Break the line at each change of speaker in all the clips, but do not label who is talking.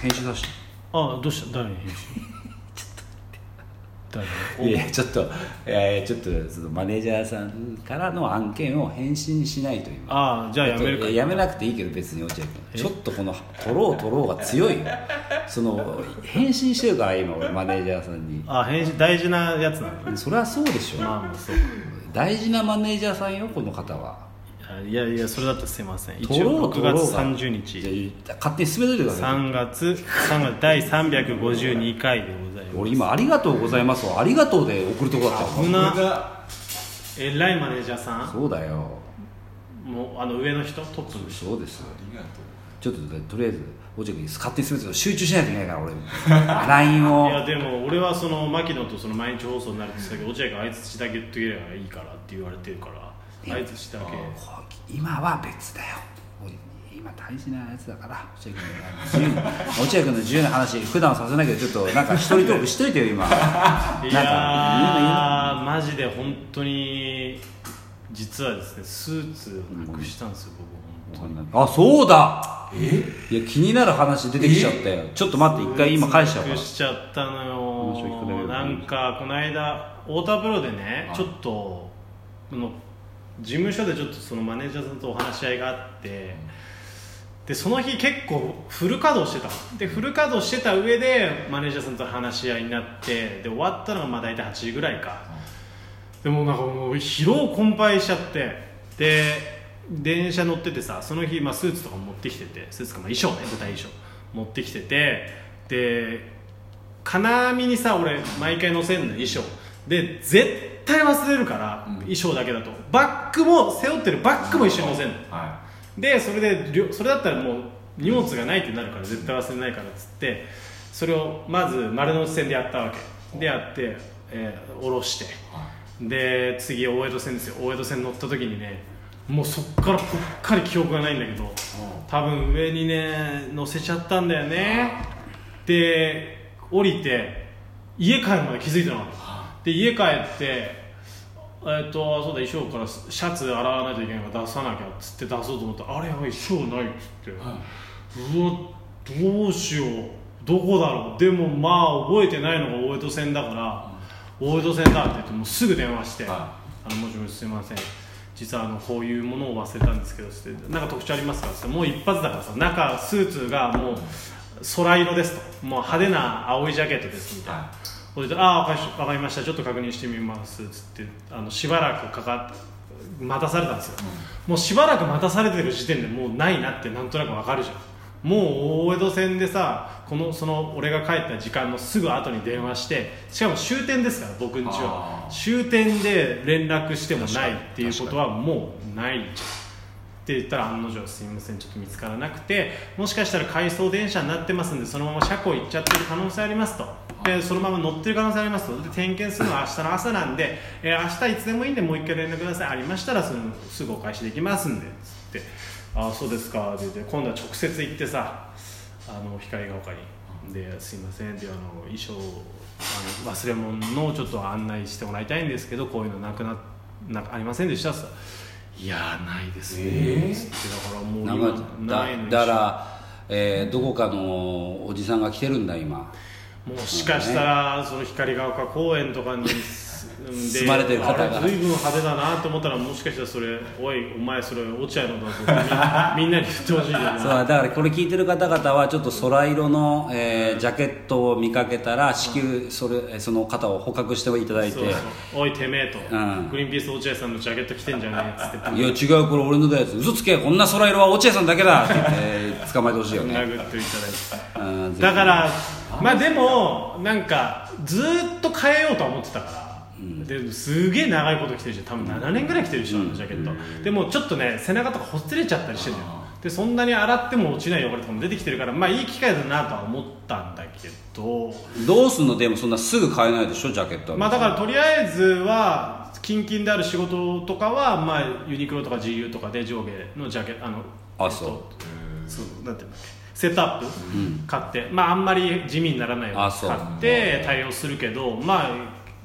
編集出して
あどうした誰に 編集ちょっと待って
いやちょっと、えーちょっとそのマネージャーさんからの案件を返信しないという
ああじゃあやめるか
やめなくていいけど別に落合
え
君ちょっとこの「取ろう取ろう」が強 いよその返信してるから今俺マネージャーさんに
ああ編集大事なやつなの
それはそうでしょ
まあまあそう
大事なマネージャーさんよこの方は
あいやいやそれだったらすいません一
取ろ
応
う
6
取ろう
月
が
30
じゃあ
日
言った勝手に進めといてください
3月3月第352回でございます
俺今「ありがとうございます」を「ありがとう」で送るとこだった
危
よ
な
これが
えらいマネージャーさん
そうだよ
もうあの上の人トップの人
そうですよ
ありがとう
ちょっととりあえず落合君勝手に進めてください集中しないといけな いから俺 LINE
いや
を
でも俺はその牧野とその毎日放送になるって言ってたけど落合があいつしだけ言っとければいいからって言われてるからあいつしだけ
こう今は別だよ今大事なやつだから落合君の自由落合君の自由な話普段はさせないけどちょっとなんか一人トークしといてよ今
い
なん
や
か
ーマジで本当に実はですねスーツをなくしたんですよ僕本
あそうだ
え
いや気になる話出てきちゃったよちょっと待って一回今返しちゃう
ス
か
ーツな
ら
くしちゃったの
話を聞くだけ
よ
で
なんかこの間太田プロでねちょっとこの事務所でちょっとそのマネージャーさんとお話し合いがあってでその日結構フル稼働してたのでフル稼働してた上でマネージャーさんと話し合いになってで終わったのがまあ大体8時ぐらいか、でもなんかもう疲労困憊しちゃってで電車乗っててさその日、まあ、スーツとか持ってきててスーツか、まあ、衣装ね舞台衣装持ってきててで金網にさ俺毎回載せんの衣装で絶対忘れるから、
うん
衣装だけだとバッグも背負ってるバッグも一緒に載せんの
は
でそれでりょそれだったらもう荷物がないってなるから絶対忘れないからっつってそれをまず丸の内線でやったわけでやって、えー下ろしてで次大江戸線ですよ大江戸線乗った時にねもうそっからぽっかり記憶がないんだけど多分上にね乗せちゃったんだよねで降りて家帰るまで気づいてなかったで家帰ってえっとそうだ衣装からシャツ洗わないといけないから出さなきゃっつって出そうと思ったらあれやばい衣装ないっつって、うわどうしようどこだろうでもまあ覚えてないのが大江戸線だから、大江戸線だって言ってもうすぐ電話して「
は
あのもしもしすいません実はあのこういうものを忘れたんですけど」つって「なんか特徴ありますか?」っつってもう一発だからさ中スーツがもう空色ですともう派手な青いジャケットですみたいな。
は
それで「ああわかりましたわかりましたちょっと確認してみます」っつってあのしばらくかかっ待たされたんですよ、もうしばらく待たされてる時点でもうないなってなんとなくわかるじゃんもう大江戸線でさこのその俺が帰った時間のすぐ後に電話してしかも終点ですから僕んちは
あー
終点で連絡してもないっていうことはもうないじゃんって言ったら案の定すいませんちょっと見つからなくてもしかしたら回送電車になってますんでそのまま車庫行っちゃってる可能性ありますとでそのまま乗ってる可能性ありますとで点検するのは明日の朝なんで、えー明日いつでもいいんでもう一回連絡くださいありましたらそのすぐお返しできますんでつってああそうですかでで今度は直接行ってさあの光が丘にで「すいません」であの衣装あの忘れ物のちょっと案内してもらいたいんですけどこういうのなくななありませんでしたっつったらいやーないですね」
えー
つってだからもう
なんか
今ないのに
だだから、えーどこかのおじさんが来てるんだ今
もしかしたらその光が丘公園とかにうんで
住まれてる方が
あれ随分派手だなと思ったらもしかしたらそれ「おいお前それ落合のだぞ」みん なに言ってほし
そう
いよね
だからこれ聞いてる方々はちょっと空色の、えージャケットを見かけたら至急それえーその方を捕獲していただいて
そうそうおいてめえと、
うん
グリーンピース落合さんのジャケット着てんじゃねえっつって
いや違うこれ俺のだやつ嘘つけこんな空色は落合さんだけだって言って捕まえてほしいよね
殴っていただいて。
うんぜひ
だからまあでもなんかずーっと変えようとは思ってたから、ですげえ長いこと着てるし多分7年ぐらい着てる人なのジャケット、でもちょっとね背中とかほつれちゃったりしてるのよでそんなに洗っても落ちない汚れとかも出てきてるからまあいい機会だなとは思ったんだけど
どうすんのでもそんなすぐ買えないでしょジャケットは
まあだからとりあえずはキンキンである仕事とかはまあユニクロとか GU とかで上下のジャケットあの
あそう
そうなんていうんだっけセットアップ買って、まああんまり地味にならないよう
あ
に
そう
買って対応するけどまあ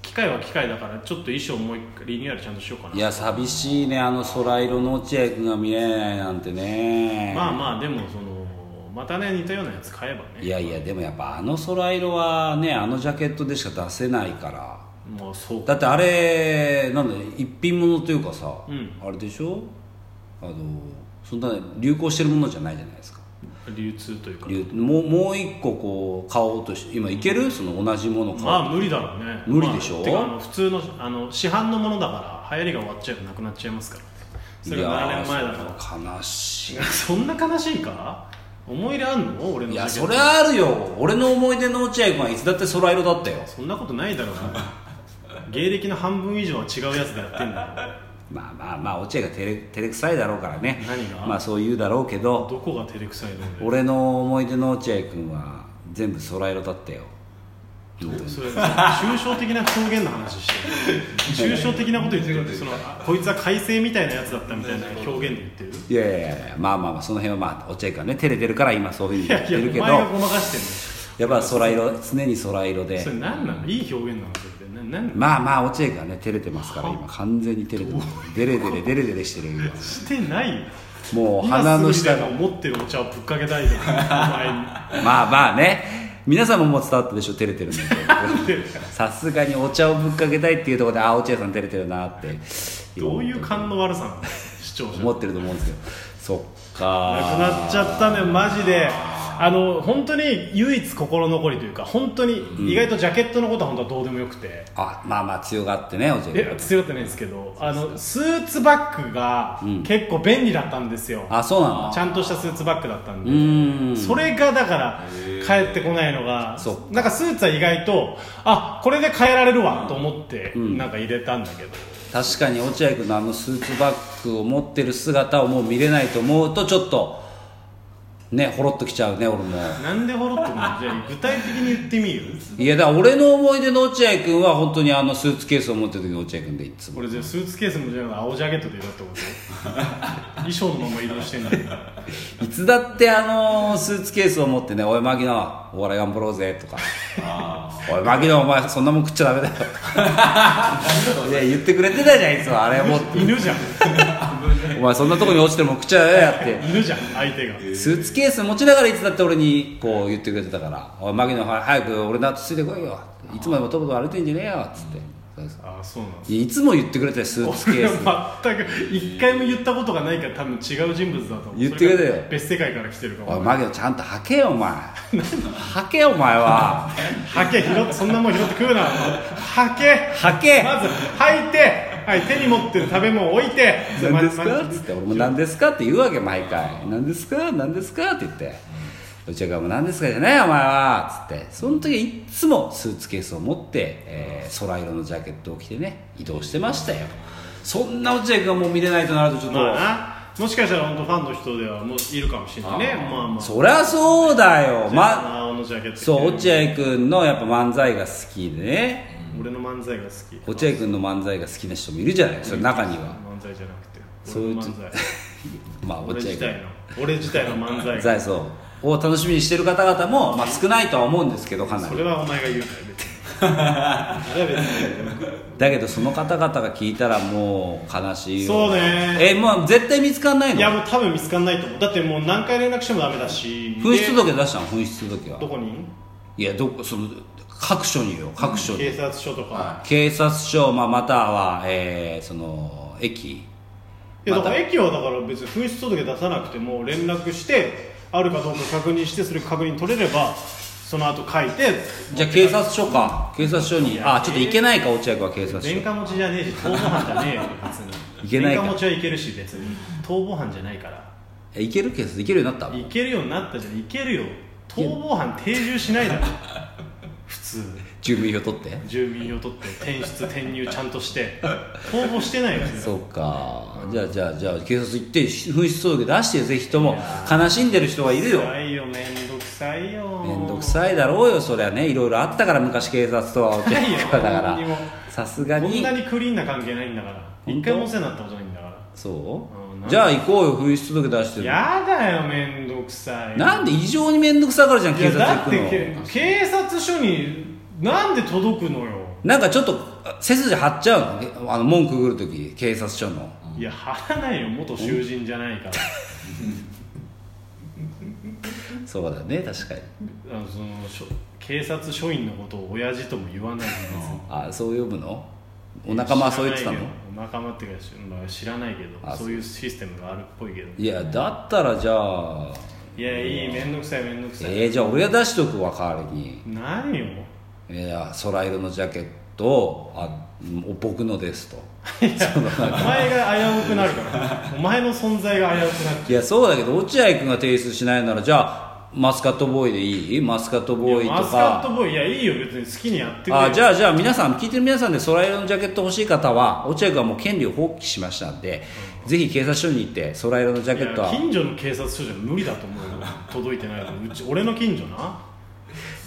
機械は機械だからちょっと衣装もう一回リニューアルちゃんとしようか
い
な
や寂しいねあの空色の落合君が見えないなんてね
まあまあでもそのまたね似たようなやつ買えばね
いやいやでもやっぱあの空色はねあのジャケットでしか出せないから
もうそう
だってあれなんだ一品物というかさ、
うん
あれでしょあのそんな流行してるものじゃないじゃないですか
流通というか
流もうもう一個こう買おうとして今いけるその同じもの買おうと
まあ無理だろうね
無理でしょ
まあてかあの普通のあの市販のものだから流行りが終わっちゃえばなくなっちゃいますからねそれが7年前だ
いや
か
ー悲し
ら そんな悲しいか思い入れあんの俺
い
の
いや
ジャ
そ
ケット
れあるよ俺の思い出の落合君はいつだって空色だったよ
そんなことないだろうな芸歴の半分以上は違うやつでやってんだ
まあまあまあ落合が照れ照れくさいだろうからね
何が
まあそう言うだろうけど
ろどこが照れくさいの俺
俺の思い出の落合君は全部空色だったよ
どうそれ抽象的な表現の話してる抽象的なこと言ってるそのあこいつは改正みたいなやつだったみたいな表現で言ってる
いやいやいやまあまあまあその辺はまあ落合君はね照れてるから今そういうふうに言ってる
い
け
や
ど
お前がごまかしてんの
やっぱ空色常に空色で
それ何なのいい表現なのそれってな何
まあまあ落合君はね照れてますから今完全に照れてますデレデレデレデレしてる今
してないよ
もう
今
鼻の
すぐ
下
で
が
も持ってるお茶をぶっかけたいとか
まあまあね皆さんももう伝わったでしょ照れてる んで さすがにお茶をぶっかけたいっていうところでああ落合さん照れてるなって
お前にどういう勘の悪さなの視聴者
思ってると思うんですけどそっ
なく
か
なっちゃったねマジであの本当に唯一心残りというか本当に意外とジャケットのことは本当はどうでもよくて、
あまあまあ強がってね落合
いや
君
強くないんですけどあのスーツバッグが
うん
結構便利だったんですよ、
あそうなの
ちゃんとしたスーツバッグだったん
う
で、
ーん
それがだから帰ってこないのが
そっか
なんかスーツは意外とあこれで変えられるわと思ってなんか入れたんだけど、
確かに落合君のあのスーツバッグを持ってる姿をもう見れないと思うとちょっとねほろっときちゃうね俺も
なんでほろってくるのじゃあ具体的に言ってみよ
いやだから俺の思い出の落合君は本当にあのスーツケースを持ってる時の落合君でいつも
俺じゃあスーツケースもじゃなくて青ジャケットでいろってこと衣装のまま移動してんだけど
いつだってあのスーツケースを持ってね「おい牧野お笑い頑張ろうぜ」とか「おい牧野お前そんなもん食っちゃダメだよ」 いや言ってくれてたじゃんいつもあれ持って
犬じゃん
「お前そんなとこに落ちてるもん食っちゃダメだよ」って
犬じゃん相手が
スーツケース持ちながらいつだって俺にこう言ってくれてたから「おい牧野早く俺の後ついてこいよ」いつまでもとぼとぼ歩いてんじゃねえよ」っつってそうそう
ああそうなの
いつも言ってくれてスーツケ
俺
ース
は全く一回も言ったことがないから多分違う人物だと思う
言ってくれよ
そが別世界から来てるか
おい
も
マギオちゃんとはけよお前はけよお前 は
はけ拾ってそんなもん拾って食うなお前はけ
はけ
まず履いて、はい、手に持ってる食べ物を置いて
何です
ま
か
ま
っつって俺も何ですかって言うわけ毎回何ですか何ですかって言ってうちがもう何ですかじゃないお前はっつってその時いっつもスーツケースを持って、えー空色のジャケットを着てね移動してましたよそんな落合君がもう見れないとなるとちょっと、
まあなもしかしたら本当ファンの人ではもういるかもしれないねまあまあ
そりゃそうだよ、ま、
青のジャケット
そう
着て
落合君のやっぱ漫才が好きでね
俺の漫才が好き
落合君の漫才が好きな人もいるじゃないその中には
漫才じゃなくて
そうい
俺
う
の漫才
まあ
俺
落合
自体
君
の俺自体の漫才
財そうを楽しみにしてる方々も、まあ、少ないとは思うんですけどかな
そ
り
れはお前が言うから別にそれは別に
だけどその方々が聞いたらもう悲しいよ
そうね
えもう絶対見つかんない
いや
の
もう多分見つかんないと思うだってもう何回連絡してもダメだし
紛失
で
届出したの紛失届は
どこに
いやどこその各所によ各所
警
に
察署とか、
警察署、まあ、または、えー、その駅
いや
ま
だか
た
ら駅はだから別に紛失届出さなくても連絡してあるかどうか確認してそれ確認取れればその後書いて
じゃあ警察署か警察署にあちょっと行けないか落合君は警察署
前科持ちじゃねえし逃亡犯じゃねえよ別に
いけないか
前科持ちはいけるし別に逃亡犯じゃないから
え行ける警察行けるようになった
いけるようになったじゃんいけるよ逃亡犯定住しないだろ 普通
住民票取って
住民を取って転出転入ちゃんとして逃亡してないよそ れ
そうかじゃあじゃあじゃあ警察行って紛失届出してぜひとも悲しんでる人はいるよ
辛いよめんどくさいよ
面倒くさいだろうよそりゃねいろいろあったから昔警察とはお客
ないよ
だから
何にも
さすが
こん
に
なにクリーンな関係ないんだから
当
一回もお世話になったことないんだから
そ
うんなん
うじゃあ行こうよ紛失届出してる
やだよめんどくさい
なんで異常に面倒くさがるじゃん
い
警
や
察
だ
行
っ
くの
てけ警察署になんで届くのよ
なんかちょっと背筋張っちゃうのあの文句ぐる時警察署の
いや貼らないよ元囚人じゃないから
そうだね確かに
あ のそのしょ警察署員のことを親父とも言わないんです
あそう呼ぶのお仲間はそう言ってたの
知らないけどお仲間っていうか、まあ、知らないけ
あ
どそういうシステムがあるっぽいけど
いやだったらじゃあ
いやいい面倒くさい面倒くさい、
えー、じゃあ俺が出しとくわ代わりに
何よ
いや空色のジャケットをあうん僕のですとその
お前が危うくなるからお前の存在が危うくなる
いやそうだけど落合君が提出しないならじゃあマスカットボーイでいいマスカットボーイと
マスカッ
か
トボーイいやいいよ別に好きにやってくれよ
あじゃあじゃあ皆さん聞いてる皆さんで空色のジャケット欲しい方は落合君はもう権利を放棄しましたんで、ぜひ警察署に行って空色のジャケットはい
や近所の警察署じゃ無理だと思うよ届いてないのうち俺の近所な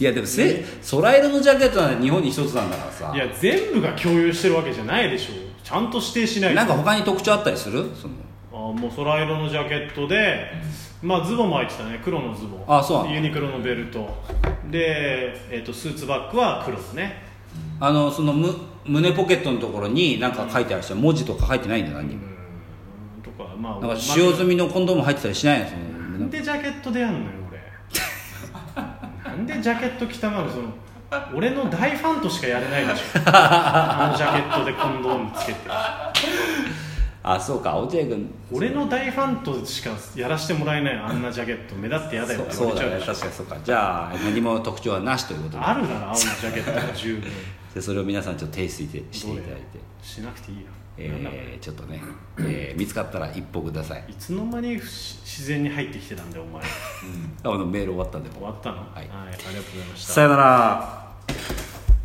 い
やでもせ空色のジャケットは日本に一つなんだからさ
いや全部が共有してるわけじゃないでしょちゃんと指定しない と
なんか他に特徴あったりするその
あもう空色のジャケットで、まあ、ズボンも入ってたね黒のズボン
あそうなの
ユニクロのベルトで、えっとスーツバッグは黒だね
あのそのむ胸ポケットのところに何か書いてある人文字とか書いてないんだよ何に
う
も
んとかまあ
なんか使用
ま
済みのコンドーム入ってたりしないのその
あなんでジャケットでやんのよ 俺なんでジャケット着たまるその俺の大ファンとしかやれないでしょあのジャケットでコンドームつけて
あそうか落合君
俺の大ファンとしかやらせてもらえないあんなジャケット目立って嫌だよって言
そ
わ
うだ
れちゃ
ね
うでしょ
確かにそうかじゃあ何も特徴はなしということで
あるなら青のジャケットが十分
でそれを皆さんちょっと提出 してしていただいて、
しなくていいよ、なんだこれ
えー、ちょっとね、えー見つかったら一歩ください
いつの間に不自然に入ってきてたんだよお前
あのメール終わったんで
終わったの
はい
ありがとうございました
さよなら